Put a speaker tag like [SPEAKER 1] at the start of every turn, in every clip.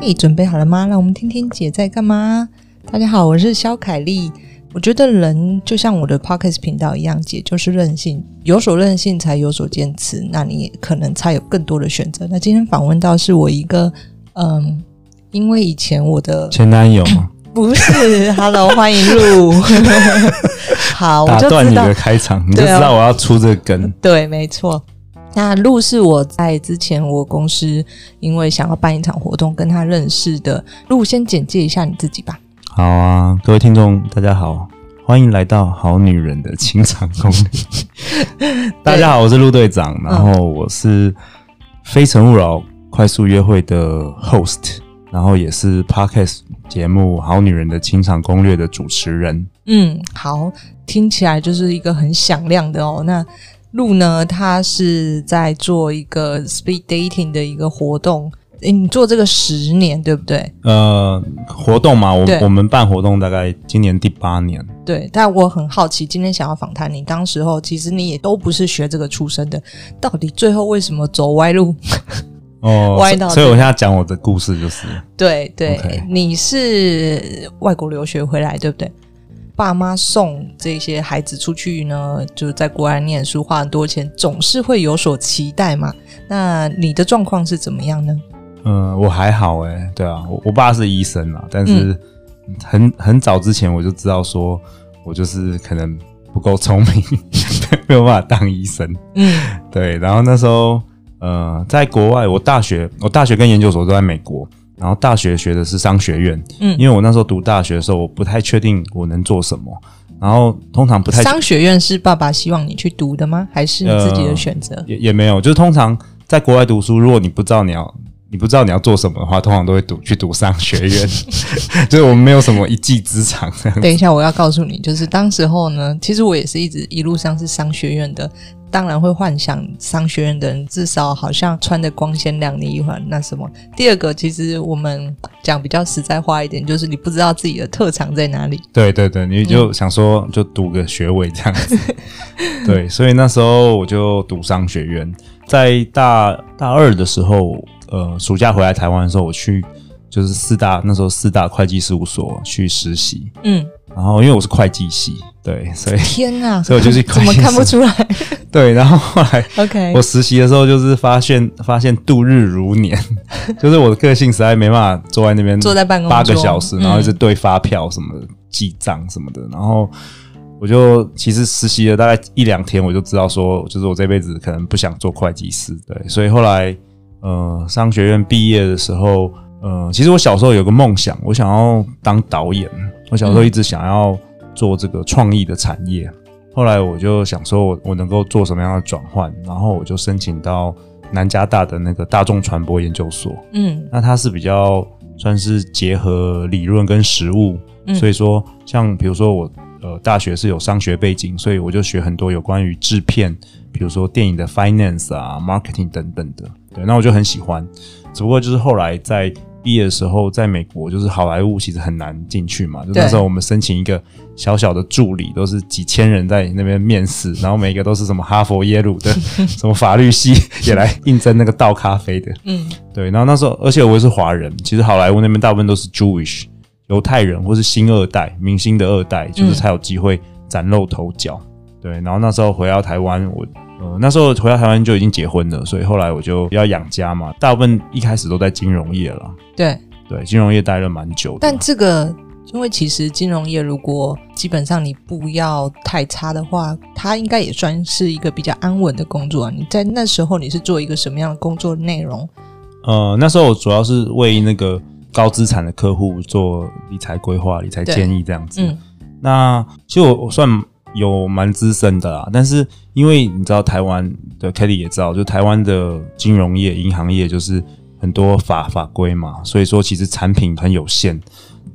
[SPEAKER 1] 你准备好了吗？让我们听听姐在干嘛。大家好，我是肖凯丽。我觉得人就像我的 Pockets 频道一样，姐就是任性，有所任性才有所坚持，那你也可能才有更多的选择。那今天访问到是我一个，嗯，因为以前我的
[SPEAKER 2] 前男友嘛，
[SPEAKER 1] 不是 ，Hello，欢迎录。好，我
[SPEAKER 2] 打
[SPEAKER 1] 就
[SPEAKER 2] 断
[SPEAKER 1] 知
[SPEAKER 2] 你
[SPEAKER 1] 道
[SPEAKER 2] 的开场，你就
[SPEAKER 1] 对
[SPEAKER 2] 知
[SPEAKER 1] 啊
[SPEAKER 2] 道我要出这根。
[SPEAKER 1] 对，没错。那路是我在之前我公司因为想要办一场活动跟他认识的。路先简介一下你自己吧。
[SPEAKER 2] 好啊，各位听众，大家好，欢迎来到《好女人的情场攻略》。 大家好，我是陆队长，然后我是《非诚勿扰》快速约会的 host，然后也是 podcast 节目《好女人的情场攻略》的主持人。
[SPEAKER 1] 嗯，好，听起来就是一个很响亮的哦。那路呢，他是在做一个 speed dating 的一个活动。诶你做这个十年，对不对？
[SPEAKER 2] 呃，活动嘛，我
[SPEAKER 1] 对
[SPEAKER 2] 我们办活动大概今年第八年，
[SPEAKER 1] 对，但我很好奇，今天想要访谈你，当时候其实你也都不是学这个出身的，到底最后为什么走歪路？
[SPEAKER 2] 哦，
[SPEAKER 1] 歪
[SPEAKER 2] 所
[SPEAKER 1] 到
[SPEAKER 2] 以
[SPEAKER 1] 这
[SPEAKER 2] 所以我现在讲我的故事就是，
[SPEAKER 1] 对对
[SPEAKER 2] OK
[SPEAKER 1] 你是外国留学回来，对不对？爸妈送这些孩子出去呢，就是在国外念书，花很多钱，总是会有所期待嘛。那你的状况是怎么样呢？
[SPEAKER 2] 嗯，我还好哎、对啊，我我爸是医生啊，但是很、很早之前我就知道说，我就是可能不够聪明， 没有办法当医生。
[SPEAKER 1] 嗯
[SPEAKER 2] 对，然后那时候呃，在国外，我大学我大学跟研究所都在美国，然后大学学的是商学院，
[SPEAKER 1] 嗯
[SPEAKER 2] 因为我那时候读大学的时候，我不太确定我能做什么，然后通常不太
[SPEAKER 1] 商学院是爸爸希望你去读的吗？还是你自
[SPEAKER 2] 呃
[SPEAKER 1] 己的选择？
[SPEAKER 2] 也也没有，就是通常在国外读书，如果你不知道你要你不知道你要做什么的话，通常都会读去读商学院，就是我们没有什么一技之长这样。
[SPEAKER 1] 等一下，我要告诉你，就是当时候呢，其实我也是一直一路上是商学院的，当然会幻想商学院的人至少好像穿的光鲜亮丽一环。那什么，第二个，其实我们讲比较实在话一点，就是你不知道自己的特长在哪里。
[SPEAKER 2] 对对对，你就想说就读个学位这样子。对，所以那时候我就读商学院，在大大二的时候，呃，暑假回来台湾的时候，我去就是四大那时候四大会计事务所去实习，
[SPEAKER 1] 嗯，
[SPEAKER 2] 然后因为我是会计系，对，所以
[SPEAKER 1] 天哪，
[SPEAKER 2] 所以我就 是
[SPEAKER 1] 怎么看不出来
[SPEAKER 2] 对，然后后来
[SPEAKER 1] ？OK，
[SPEAKER 2] 我实习的时候就是发现发现度日如年， 就是我的个性实在没办法坐在那边
[SPEAKER 1] 坐在办公桌
[SPEAKER 2] 八个小时，然后一直
[SPEAKER 1] 嗯
[SPEAKER 2] 对发票什么的、记账什么的，然后我就其实实习了大概一两天，我就知道说，就是我这辈子可能不想做会计师，对，所以后来呃，商学院毕业的时候，呃，其实我小时候有个梦想，我想要当导演，我小时候一直想要做这个创意的产业。后来我就想说我，我能够做什么样的转换，然后我就申请到南加大的那个大众传播研究所。
[SPEAKER 1] 嗯
[SPEAKER 2] 那它是比较算是结合理论跟实务，
[SPEAKER 1] 嗯
[SPEAKER 2] 所以说像比如说我呃大学是有商学背景，所以我就学很多有关于制片，比如说电影的 finance 啊、marketing 等等的。对，那我就很喜欢。只不过就是后来在毕业的时候，在美国就是好莱坞其实很难进去嘛，就
[SPEAKER 1] 对
[SPEAKER 2] 那时候我们申请一个小小的助理，都是几千人在那边面试，然后每一个都是什么哈佛、耶鲁的 什么法律系 也来应征那个倒咖啡的。
[SPEAKER 1] 嗯
[SPEAKER 2] 对，然后那时候，而且我也是华人，其实好莱坞那边大部分都是 Jewish 犹太人或是新二代明星的二代，就是才有机会崭露头角。对，然后那时候回到台湾，我呃那时候回到台湾就已经结婚了，所以后来我就要养家嘛，大部分一开始都在金融业了。
[SPEAKER 1] 对，
[SPEAKER 2] 对，金融业待了蛮久的，
[SPEAKER 1] 但这个。因为其实金融业如果基本上你不要太差的话，它应该也算是一个比较安稳的工作、啊。你在那时候你是做一个什么样的工作内容？
[SPEAKER 2] 呃，那时候我主要是为那个高资产的客户做理财规划、理财
[SPEAKER 1] 对
[SPEAKER 2] 建议这样子。
[SPEAKER 1] 嗯
[SPEAKER 2] 那其实我我算有蛮资深的啦，但是因为你知道台湾的 Kelly 也知道，就台湾的金融业、银行业就是很多法法规嘛，所以说其实产品很有限，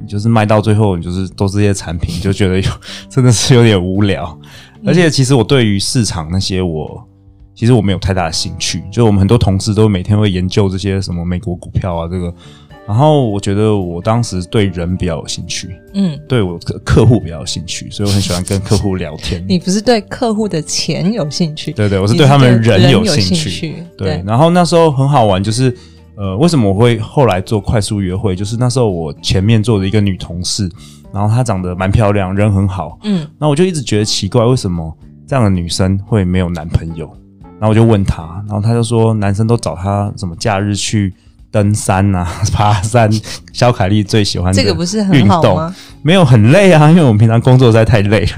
[SPEAKER 2] 你就是卖到最后，你就是都是这些产品，就觉得有 真的是有点无聊。而且其实我对于市场那些我。其实我没有太大的兴趣，就我们很多同事都每天会研究这些什么美国股票啊，这个。然后我觉得我当时对人比较有兴趣，
[SPEAKER 1] 嗯，
[SPEAKER 2] 对我客客户比较有兴趣，所以我很喜欢跟客户聊天。
[SPEAKER 1] 你不是对客户的钱有兴趣，
[SPEAKER 2] 对对，我
[SPEAKER 1] 我
[SPEAKER 2] 是对他们
[SPEAKER 1] 人
[SPEAKER 2] 人有
[SPEAKER 1] 兴
[SPEAKER 2] 兴趣。
[SPEAKER 1] 趣。
[SPEAKER 2] 对，然后那时候很好玩，就是呃，为什么我会后来做快速约会？就是那时候我前面坐的一个女同事，然后她长得蛮漂亮，人很好，
[SPEAKER 1] 嗯，
[SPEAKER 2] 那我就一直觉得奇怪，为什么这样的女生会没有男朋友？然后我就问她，然后她就说男生都找她什么假日去登山啊、 爬山。肖凯丽最喜欢的
[SPEAKER 1] 这个不是很好
[SPEAKER 2] 运
[SPEAKER 1] 吗
[SPEAKER 2] 动？没有很累啊，因为我们平常工作实在太累了，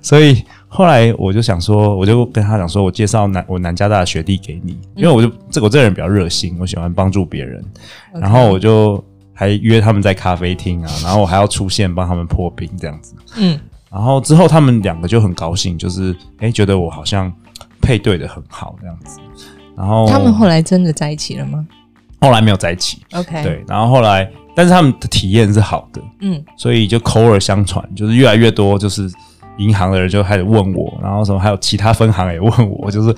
[SPEAKER 2] 所以后来我就想说，我就跟他讲说，我介绍南我南加大的学弟给你，
[SPEAKER 1] 嗯
[SPEAKER 2] 因为我就这个我这个人比较热心，我喜欢帮助别人，
[SPEAKER 1] OK
[SPEAKER 2] 然后我就还约他们在咖啡厅啊，然后我还要出现帮他们破冰这样子，
[SPEAKER 1] 嗯，
[SPEAKER 2] 然后之后他们两个就很高兴，就是哎、诶觉得我好像配对的很好这样子，然后
[SPEAKER 1] 他们后来真的在一起了吗
[SPEAKER 2] 后来没有在一起，
[SPEAKER 1] ？OK，，
[SPEAKER 2] 对，然后后来但是他们的体验是好的，
[SPEAKER 1] 嗯，
[SPEAKER 2] 所以就口耳相传，就是越来越多，就是银行的人就开始问我，然后什么还有其他分行也问我，就是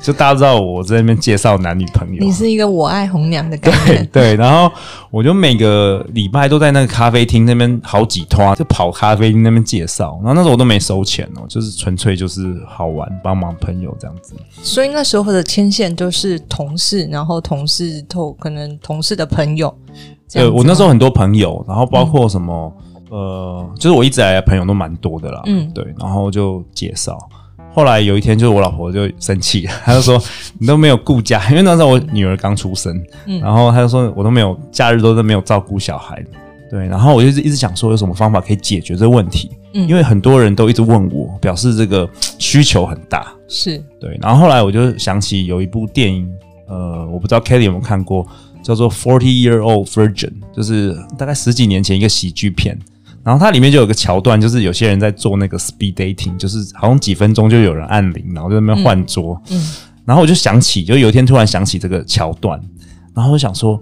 [SPEAKER 2] 就大家知道我在那边介绍男女朋友啊
[SPEAKER 1] 你，是一个我爱红娘的概
[SPEAKER 2] 对
[SPEAKER 1] 念，
[SPEAKER 2] 对，然后我就每个礼拜都在那个咖啡厅那边好几趟，就跑咖啡厅那边介绍，然后那时候我都没收钱哦，就是纯粹就是好玩，帮忙朋友这样子。
[SPEAKER 1] 所以那时候的牵线都是同事，然后同事透可能同事的朋友，这
[SPEAKER 2] 对
[SPEAKER 1] 样子
[SPEAKER 2] 我那时候
[SPEAKER 1] 吗嗯
[SPEAKER 2] 很多朋友，然后包括什么、呃，就是我一直来的朋友都蛮多的啦，
[SPEAKER 1] 嗯
[SPEAKER 2] 嗯，对，然后就介绍。后来有一天，就是我老婆就生气了， 她 就说：“你都没有顾家，因为那时候我女儿刚出生，
[SPEAKER 1] 嗯
[SPEAKER 2] 然后她就说我都没有假日都是没有照顾小孩，对。然后我就一直一直想说有什么方法可以解决这问题，
[SPEAKER 1] 嗯
[SPEAKER 2] 因为很多人都一直问我，表示这个需求很大，
[SPEAKER 1] 是
[SPEAKER 2] 对，然后后来我就想起有一部电影，呃，我不知道 Kelly 有没有看过，叫做《Forty Year Old Virgin》，就是大概十几年前一个喜剧片。然后它里面就有个桥段，就是有些人在做那个 speed dating，就是好像几分钟就有人按铃，然后就在那边换桌。
[SPEAKER 1] 嗯嗯
[SPEAKER 2] 然后我就想起，就有一天突然想起这个桥段，然后我想说，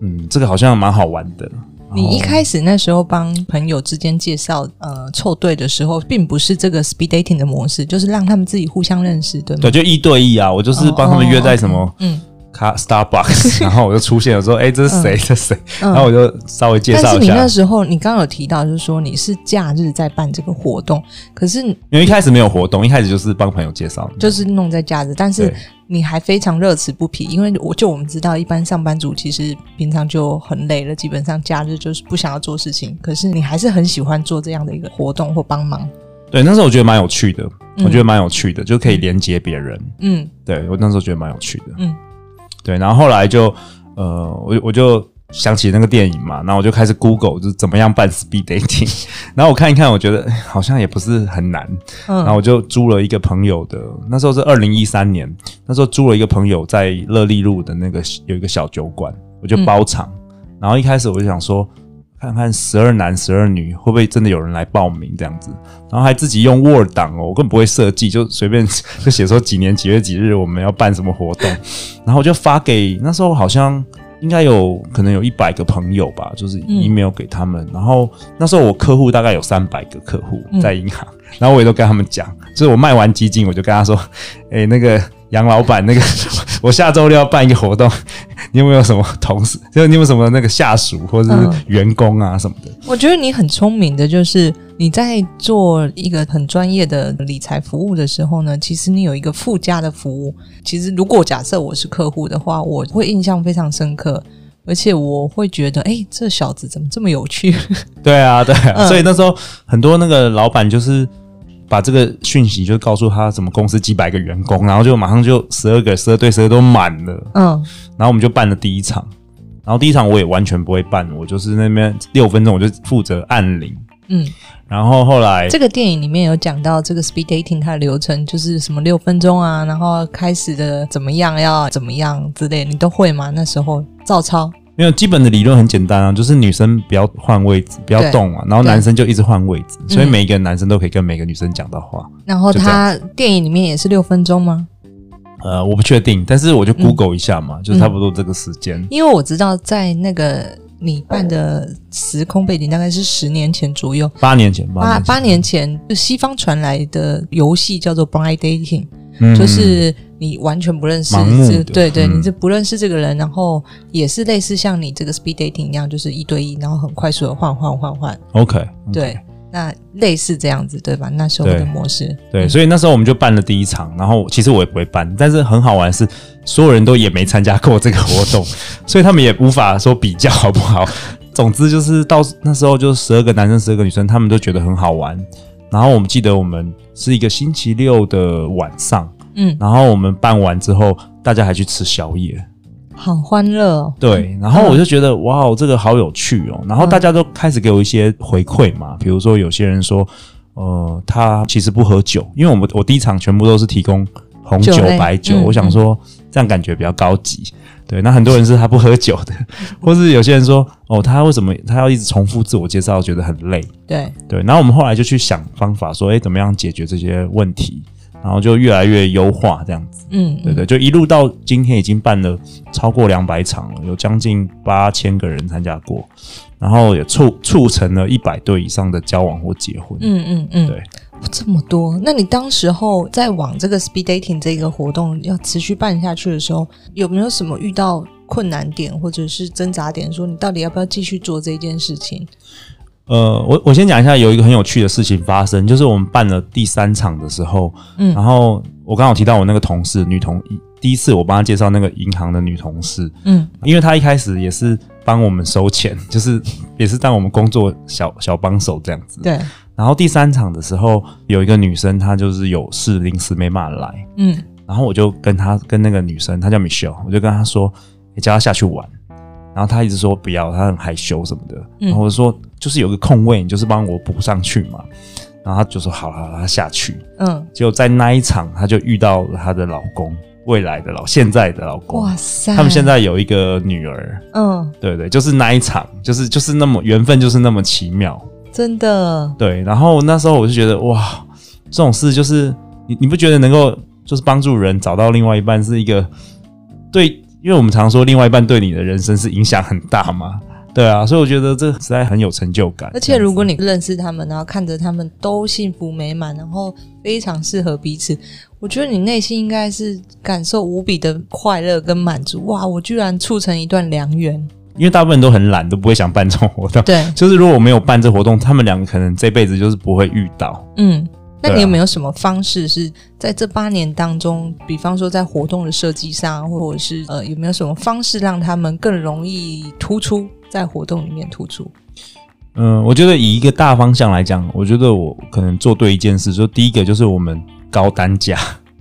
[SPEAKER 2] 嗯，这个好像蛮好玩的。
[SPEAKER 1] 你一
[SPEAKER 2] 然后
[SPEAKER 1] 开始那时候帮朋友之间介绍呃凑对的时候，并不是这个 speed dating 的模式，就是让他们自己互相认识，对吗？
[SPEAKER 2] 对，就一对一啊，我就是帮他们约在什
[SPEAKER 1] 哦
[SPEAKER 2] 么
[SPEAKER 1] 哦，OK 嗯
[SPEAKER 2] 咖 Starbucks，然后我就出现了，说，哎，这是谁？这是谁？
[SPEAKER 1] 嗯
[SPEAKER 2] 然后我就稍微介
[SPEAKER 1] 但
[SPEAKER 2] 绍
[SPEAKER 1] 是
[SPEAKER 2] 一
[SPEAKER 1] 你那
[SPEAKER 2] 下，
[SPEAKER 1] 时候，你刚刚有提到，就是说你是假日在办这个活动，可是
[SPEAKER 2] 因为一开始没有活动，一开始就是帮朋友介绍。
[SPEAKER 1] 就是弄在假日，但是
[SPEAKER 2] 对
[SPEAKER 1] 你还非常乐此不疲，因为我就我们知道，一般上班族其实平常就很累了，基本上假日就是不想要做事情，可是你还是很喜欢做这样的一个活动或帮忙。
[SPEAKER 2] 对，那时候我觉得蛮有趣的，
[SPEAKER 1] 嗯
[SPEAKER 2] 我觉得蛮有趣的，就可以连接别人。
[SPEAKER 1] 嗯
[SPEAKER 2] 对我那时候觉得蛮有趣的，
[SPEAKER 1] 嗯
[SPEAKER 2] 对。然后后来就呃，我我就想起那个电影嘛，然后我就开始 Google 就是怎么样办 speed dating，然后 我看一看，我觉得哎好像也不是很难，然后
[SPEAKER 1] 嗯
[SPEAKER 2] 我就租了一个朋友的，那时候是二零一三年，那时候租了一个朋友在乐利路的那个有一个小酒馆，我就包场。
[SPEAKER 1] 嗯
[SPEAKER 2] 然后一开始我就想说，看看十二男十二女会不会真的有人来报名这样子，然后还自己用 Word 档哦，我根本不会设计，就随便 就写说几年几月几日我们要办什么活动， 然后我就发给那时候好像。应该有可能有一百个朋友吧，就是
[SPEAKER 1] 嗯
[SPEAKER 2] email 给他们。然后那时候我客户大概有三百个客户
[SPEAKER 1] 嗯
[SPEAKER 2] 在银行，然后我也都跟他们讲，就是我卖完基金，我就跟他说， 哎、那个杨老板，那个 我下周六要办一个活动， 你有没有什么同事，就是你有没有什么那个下属或者
[SPEAKER 1] 嗯
[SPEAKER 2] 是员工啊什么的？
[SPEAKER 1] 我觉得你很聪明的，就是你在做一个很专业的理财服务的时候呢，其实你有一个附加的服务。其实如果假设我是客户的话，我会印象非常深刻，而且我会觉得，哎，这小子怎么这么有 趣？
[SPEAKER 2] 对啊，对啊，
[SPEAKER 1] 嗯
[SPEAKER 2] 所以那时候很多那个老板就是把这个讯息就告诉他什么公司几百个员工，然后就马上就十二个十二对十二都满了，
[SPEAKER 1] 嗯
[SPEAKER 2] 然后我们就办了第一场，然后第一场我也完全不会办，我就是那边六分钟我就负责按铃，
[SPEAKER 1] 嗯，
[SPEAKER 2] 然后后来
[SPEAKER 1] 这个电影里面有讲到这个 speed dating 它的流程，就是什么六分钟啊，然后开始的怎么样，要怎么样之类，你都会吗？那时候照抄，
[SPEAKER 2] 没有基本的理论很简单啊，就是女生不要换位置，不要
[SPEAKER 1] 对
[SPEAKER 2] 动啊，然后
[SPEAKER 1] 对
[SPEAKER 2] 男生就一直换位置，所以
[SPEAKER 1] 嗯
[SPEAKER 2] 每一个男生都可以跟每个女生讲到话。
[SPEAKER 1] 然后
[SPEAKER 2] 就这
[SPEAKER 1] 他电影里面也是六分钟吗？
[SPEAKER 2] 呃，我不确定，但是我就 Google 一下嘛，就差不多这个时间。
[SPEAKER 1] 因为我知道在那个你办的时空背景大概是十年前左右，
[SPEAKER 2] 八年前，
[SPEAKER 1] 八
[SPEAKER 2] 八
[SPEAKER 1] 八年前就西方传来的游戏叫做 blind dating，、
[SPEAKER 2] 年前
[SPEAKER 1] 就是你完全不认识
[SPEAKER 2] 嗯盲目
[SPEAKER 1] 这
[SPEAKER 2] 的
[SPEAKER 1] 对对，
[SPEAKER 2] 嗯
[SPEAKER 1] 你是不认识这个人，然后也是类似像你这个 speed dating 一样，就是一对一，然后很快速的换换换换，嗯
[SPEAKER 2] OK，
[SPEAKER 1] 对。那类似这样子对吧？那时候的
[SPEAKER 2] 对
[SPEAKER 1] 模式，
[SPEAKER 2] 对，所以那时候我们就办了第一场，然后其实我也不会办，但是很好玩的是，所有人都也没参加过这个活动，所以他们也无法说比较好 不好。总之就是到那时候就十二个男生十二个女生，他们都觉得很好玩。然后我们记得我们是一个星期六的晚上，
[SPEAKER 1] 嗯，
[SPEAKER 2] 然后我们办完之后，大家还去吃宵夜，
[SPEAKER 1] 好欢乐哦，
[SPEAKER 2] 对，然后我就觉得、哇哦，这个好有趣哦。
[SPEAKER 1] 嗯
[SPEAKER 2] 然后大家都开始给我一些回馈嘛，比如说有些人说，呃，他其实不喝酒，因为我们我第一场全部都是提供红酒
[SPEAKER 1] 酒类、
[SPEAKER 2] 白酒，
[SPEAKER 1] 嗯
[SPEAKER 2] 我想说这样感觉比较高级。对，那很多人是他不喝酒 的，或是有些人说哦，他为什么他要一直重复自我介绍，觉得很累。
[SPEAKER 1] 对，
[SPEAKER 2] 对，然后我们后来就去想方法说，诶，哎怎么样解决这些问题，然后就越来越优化这样子。
[SPEAKER 1] 嗯，
[SPEAKER 2] 对对，就一路到今天已经办了超过两百场了，有将近八千个人参加过，然后也促促成了一百对以上的交往或结婚。
[SPEAKER 1] 嗯嗯嗯，
[SPEAKER 2] 对
[SPEAKER 1] 哇，这么多。那你当时候在往这个 speed dating 这个活动要持续办下去的时候，有没有什么遇到困难点或者是挣扎点？说你到底要不要继续做这件事情？
[SPEAKER 2] 呃，我我先讲一下有一个很有趣的事情发生，就是我们办了第三场的时候，
[SPEAKER 1] 嗯
[SPEAKER 2] 然后我刚好提到我那个同事女同第一次我帮她介绍那个银行的女同事，
[SPEAKER 1] 嗯，
[SPEAKER 2] 因为她一开始也是帮我们收钱，就是也是当我们工作小小帮手这样子。
[SPEAKER 1] 对，
[SPEAKER 2] 然后第三场的时候，有一个女生她就是有事临时没办法来，
[SPEAKER 1] 嗯
[SPEAKER 2] 然后我就跟她跟那个女生，她叫 Michelle，我就跟她说，你叫她下去玩。然后她一直说不要，她很害羞什么的。
[SPEAKER 1] 嗯
[SPEAKER 2] 然后我说就是有个空位，你就是帮我补上去嘛。然后她就说好了，好啦她下去。
[SPEAKER 1] 嗯，
[SPEAKER 2] 结果在那一场，她就遇到了她的老公，未来的老现在的老公。
[SPEAKER 1] 哇塞，
[SPEAKER 2] 他们现在有一个女儿，
[SPEAKER 1] 嗯，
[SPEAKER 2] 对对，就是那一场，就是就是那么缘分，就是那么奇妙。
[SPEAKER 1] 真的
[SPEAKER 2] 对，然后那时候我就觉得哇，这种事就是你你不觉得能够就是帮助人找到另外一半是一个对，因为我们常说另外一半对你的人生是影响很大嘛，对啊，所以我觉得这实在很有成就感。
[SPEAKER 1] 而且如果你认识他们，然后看着他们都幸福美满，然后非常适合彼此，我觉得你内心应该是感受无比的快乐跟满足。哇，我居然促成一段良缘，
[SPEAKER 2] 因为大部分人都很懒，都不会想办这种活动。
[SPEAKER 1] 对，
[SPEAKER 2] 就是如果我没有办这活动，他们两个可能这辈子就是不会遇到。
[SPEAKER 1] 嗯，那
[SPEAKER 2] 对啊
[SPEAKER 1] 你有没有什么方式是在这八年当中，比方说在活动的设计上，或者是呃有没有什么方式让他们更容易突出在活动里面突出？
[SPEAKER 2] 嗯，我觉得以一个大方向来讲，我觉得我可能做对一件事，就第一个就是我们高单价。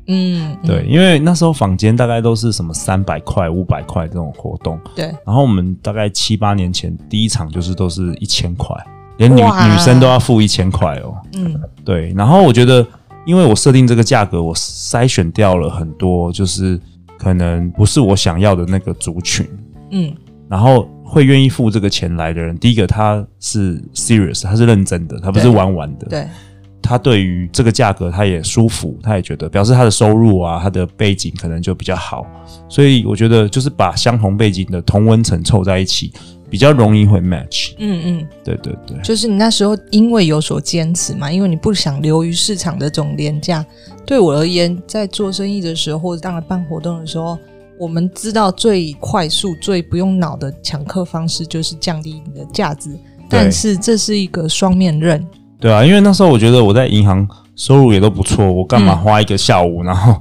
[SPEAKER 1] 嗯，嗯
[SPEAKER 2] 对，因为那时候坊间大概都是什么三百块、五百块这种活动，
[SPEAKER 1] 对，
[SPEAKER 2] 然后我们大概七八年前第一场就是都是一千块，连女
[SPEAKER 1] 哇
[SPEAKER 2] 女生都要付一千块哦。
[SPEAKER 1] 嗯
[SPEAKER 2] 对，然后我觉得，因为我设定这个价格，我筛选掉了很多，就是可能不是我想要的那个族群，
[SPEAKER 1] 嗯
[SPEAKER 2] 然后会愿意付这个钱来的人，第一个他是 serious，他是认真的，他不是
[SPEAKER 1] 对
[SPEAKER 2] 玩玩的。
[SPEAKER 1] 对，
[SPEAKER 2] 他对于这个价格他也舒服，他也觉得表示他的收入啊，他的背景可能就比较好，所以我觉得就是把相同背景的同温层凑在一起，比较容易会 match。
[SPEAKER 1] 嗯嗯，
[SPEAKER 2] 对对对，
[SPEAKER 1] 就是你那时候因为有所坚持嘛，因为你不想流于市场的这种廉价。对我而言，在做生意的时候，或者当然办活动的时候，我们知道最快速、最不用脑的抢客方式就是降低你的价值。但是这是一个双面刃，
[SPEAKER 2] 对啊，因为那时候我觉得我在银行收入也都不错，我干嘛
[SPEAKER 1] 嗯
[SPEAKER 2] 花一个下午、然后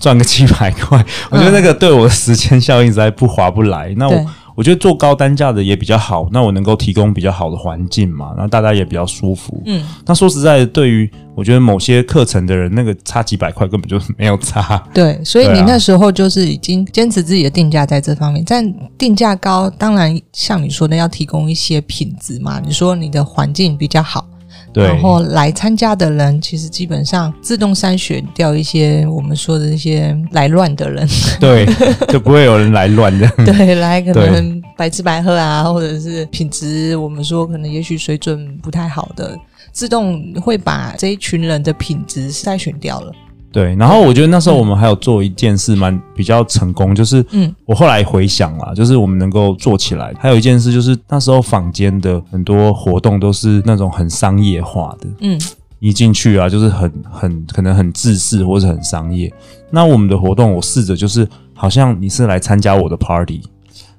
[SPEAKER 2] 赚个 七百块？我觉得那个对我的时间效应实在不划不来。那
[SPEAKER 1] 对
[SPEAKER 2] 我我觉得做高单价的也比较好，那我能够提供比较好的环境嘛，然后大家也比较舒服。
[SPEAKER 1] 嗯，
[SPEAKER 2] 那说实在的，对于我觉得某些课程的人，那个差几百块根本就没有差。
[SPEAKER 1] 对，所以
[SPEAKER 2] 对啊
[SPEAKER 1] 你那时候就是已经坚持自己的定价在这方面，但定价高，当然像你说的要提供一些品质嘛，你说你的环境比较好。
[SPEAKER 2] 对，
[SPEAKER 1] 然后来参加的人，其实基本上自动筛选掉一些我们说的一些来乱的人，
[SPEAKER 2] 对，就不会有人来乱的。
[SPEAKER 1] 对，来可
[SPEAKER 2] 嗯对
[SPEAKER 1] 能白吃白喝啊，或者是品质，我们说可能也许水准不太好的，自动会把这一群人的品质筛选掉了。
[SPEAKER 2] 对，然后我觉得那时候我们还有做一件事蛮比较成功，就是
[SPEAKER 1] 嗯
[SPEAKER 2] 我后来回想啦，就是我们能够做起来。还有一件事就是那时候坊间的很多活动都是那种很商业化的，
[SPEAKER 1] 嗯，
[SPEAKER 2] 一进去啊就是很很可能很自私或者很商业。那我们的活动我试着就是好像你是来参加我的 party，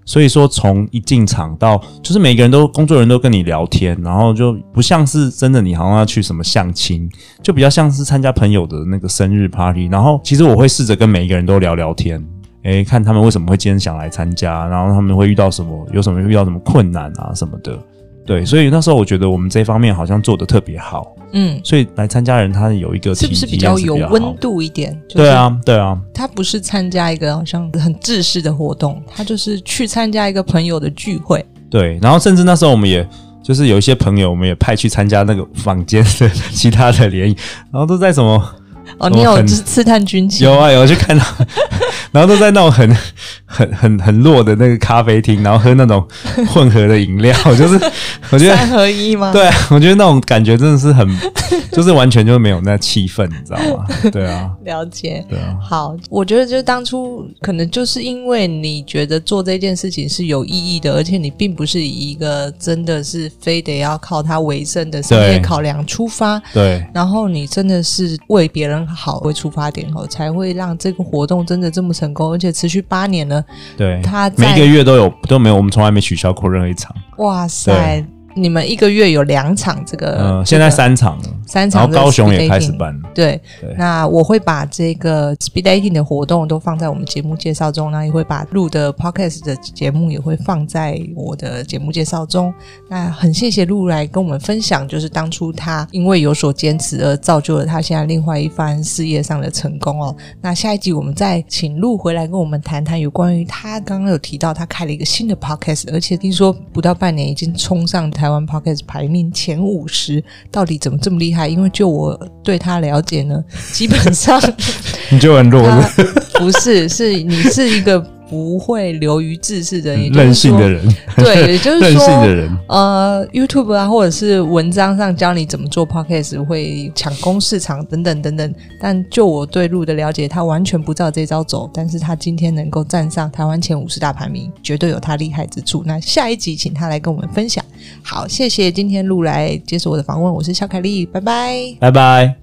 [SPEAKER 2] 所以说从一进场到就是每个人都工作人员都跟你聊天，然后就不像是真的你好像要去什么相亲，就比较像是参加朋友的那个生日 party。然后其实我会试着跟每一个人都聊聊天，诶，看他们为什么会今天想来参加，然后他们会遇到什么，有什么遇到什么困难啊什么的。对，所以那时候我觉得我们这方面好像做的特别好，
[SPEAKER 1] 嗯，
[SPEAKER 2] 所以来参加人他有一个
[SPEAKER 1] 是不是
[SPEAKER 2] 体
[SPEAKER 1] 比
[SPEAKER 2] 体验
[SPEAKER 1] 较
[SPEAKER 2] 是
[SPEAKER 1] 有
[SPEAKER 2] 好
[SPEAKER 1] 温度一点？就是
[SPEAKER 2] 对啊，对啊，
[SPEAKER 1] 他不是参加一个好像很正式的活动，他就是去参加一个朋友的聚会。
[SPEAKER 2] 对，然后甚至那时候我们也就是有一些朋友，我们也派去参加那个坊间的 其他的联谊，然后都在什么
[SPEAKER 1] 哦，
[SPEAKER 2] 哦
[SPEAKER 1] 你有
[SPEAKER 2] 很
[SPEAKER 1] 就是刺探军情？
[SPEAKER 2] 有啊有去看到，然后都在那种很很很很弱的那个咖啡厅，然后喝那种混合的饮料，就是我觉得
[SPEAKER 1] 三合一吗？
[SPEAKER 2] 对啊，我觉得那种感觉真的是很，就是完全就没有那气氛，你知道吗？对啊，
[SPEAKER 1] 了解。
[SPEAKER 2] 对啊，
[SPEAKER 1] 好，我觉得就是当初可能就是因为你觉得做这件事情是有意义的，而且你并不是以一个真的是非得要靠它为生的商业
[SPEAKER 2] 对
[SPEAKER 1] 考量出发，
[SPEAKER 2] 对
[SPEAKER 1] 然后你真的是为别人好为出发点后，才会让这个活动真的这么成功，而且持续八年了。
[SPEAKER 2] 对，
[SPEAKER 1] 他
[SPEAKER 2] 每
[SPEAKER 1] 在
[SPEAKER 2] 一个月都有都没有，我们从来没取消过任何一场，
[SPEAKER 1] 哇塞，你们一个月有两场这个，
[SPEAKER 2] 嗯、
[SPEAKER 1] 这个
[SPEAKER 2] 现在三场了，
[SPEAKER 1] 呃三
[SPEAKER 2] 然
[SPEAKER 1] 场
[SPEAKER 2] 后
[SPEAKER 1] 这个
[SPEAKER 2] 高雄也
[SPEAKER 1] speed
[SPEAKER 2] 开始
[SPEAKER 1] dating
[SPEAKER 2] 办了。
[SPEAKER 1] 对，
[SPEAKER 2] 对
[SPEAKER 1] 那我会把这个 speed dating 的活动都放在我们节目介绍中，那也会把录的 podcast 的节目也会放在我的节目介绍中。那很谢谢陆来跟我们分享，就是当初他因为有所坚持而造就了他现在另外一番事业上的成功哦。那下一集我们再请陆回来跟我们谈谈有关于他刚刚有提到他开了一个新的 podcast，而且听说不到半年已经冲上台湾 podcast 排名前五十，到底怎么这么厉害？因为就我对他了解呢，基本上
[SPEAKER 2] 你就很弱
[SPEAKER 1] 他
[SPEAKER 2] 是
[SPEAKER 1] 不 是是你是一个不会流于自视的人，也
[SPEAKER 2] 不
[SPEAKER 1] 就是
[SPEAKER 2] 是任性
[SPEAKER 1] 说
[SPEAKER 2] 的人，
[SPEAKER 1] 对，也就是
[SPEAKER 2] 任性的
[SPEAKER 1] 说。
[SPEAKER 2] 人，
[SPEAKER 1] 呃，YouTube 啊，或者是文章上教你怎么做 Podcast，会抢攻市场等等等等。但就我对路的了解，他完全不照这招走。但是他今天能够站上台湾前五十大排名，绝对有他厉害之处。那下一集请他来跟我们分享。好，谢谢今天路来接受我的访问，我是肖凯丽，拜拜。
[SPEAKER 2] 拜拜。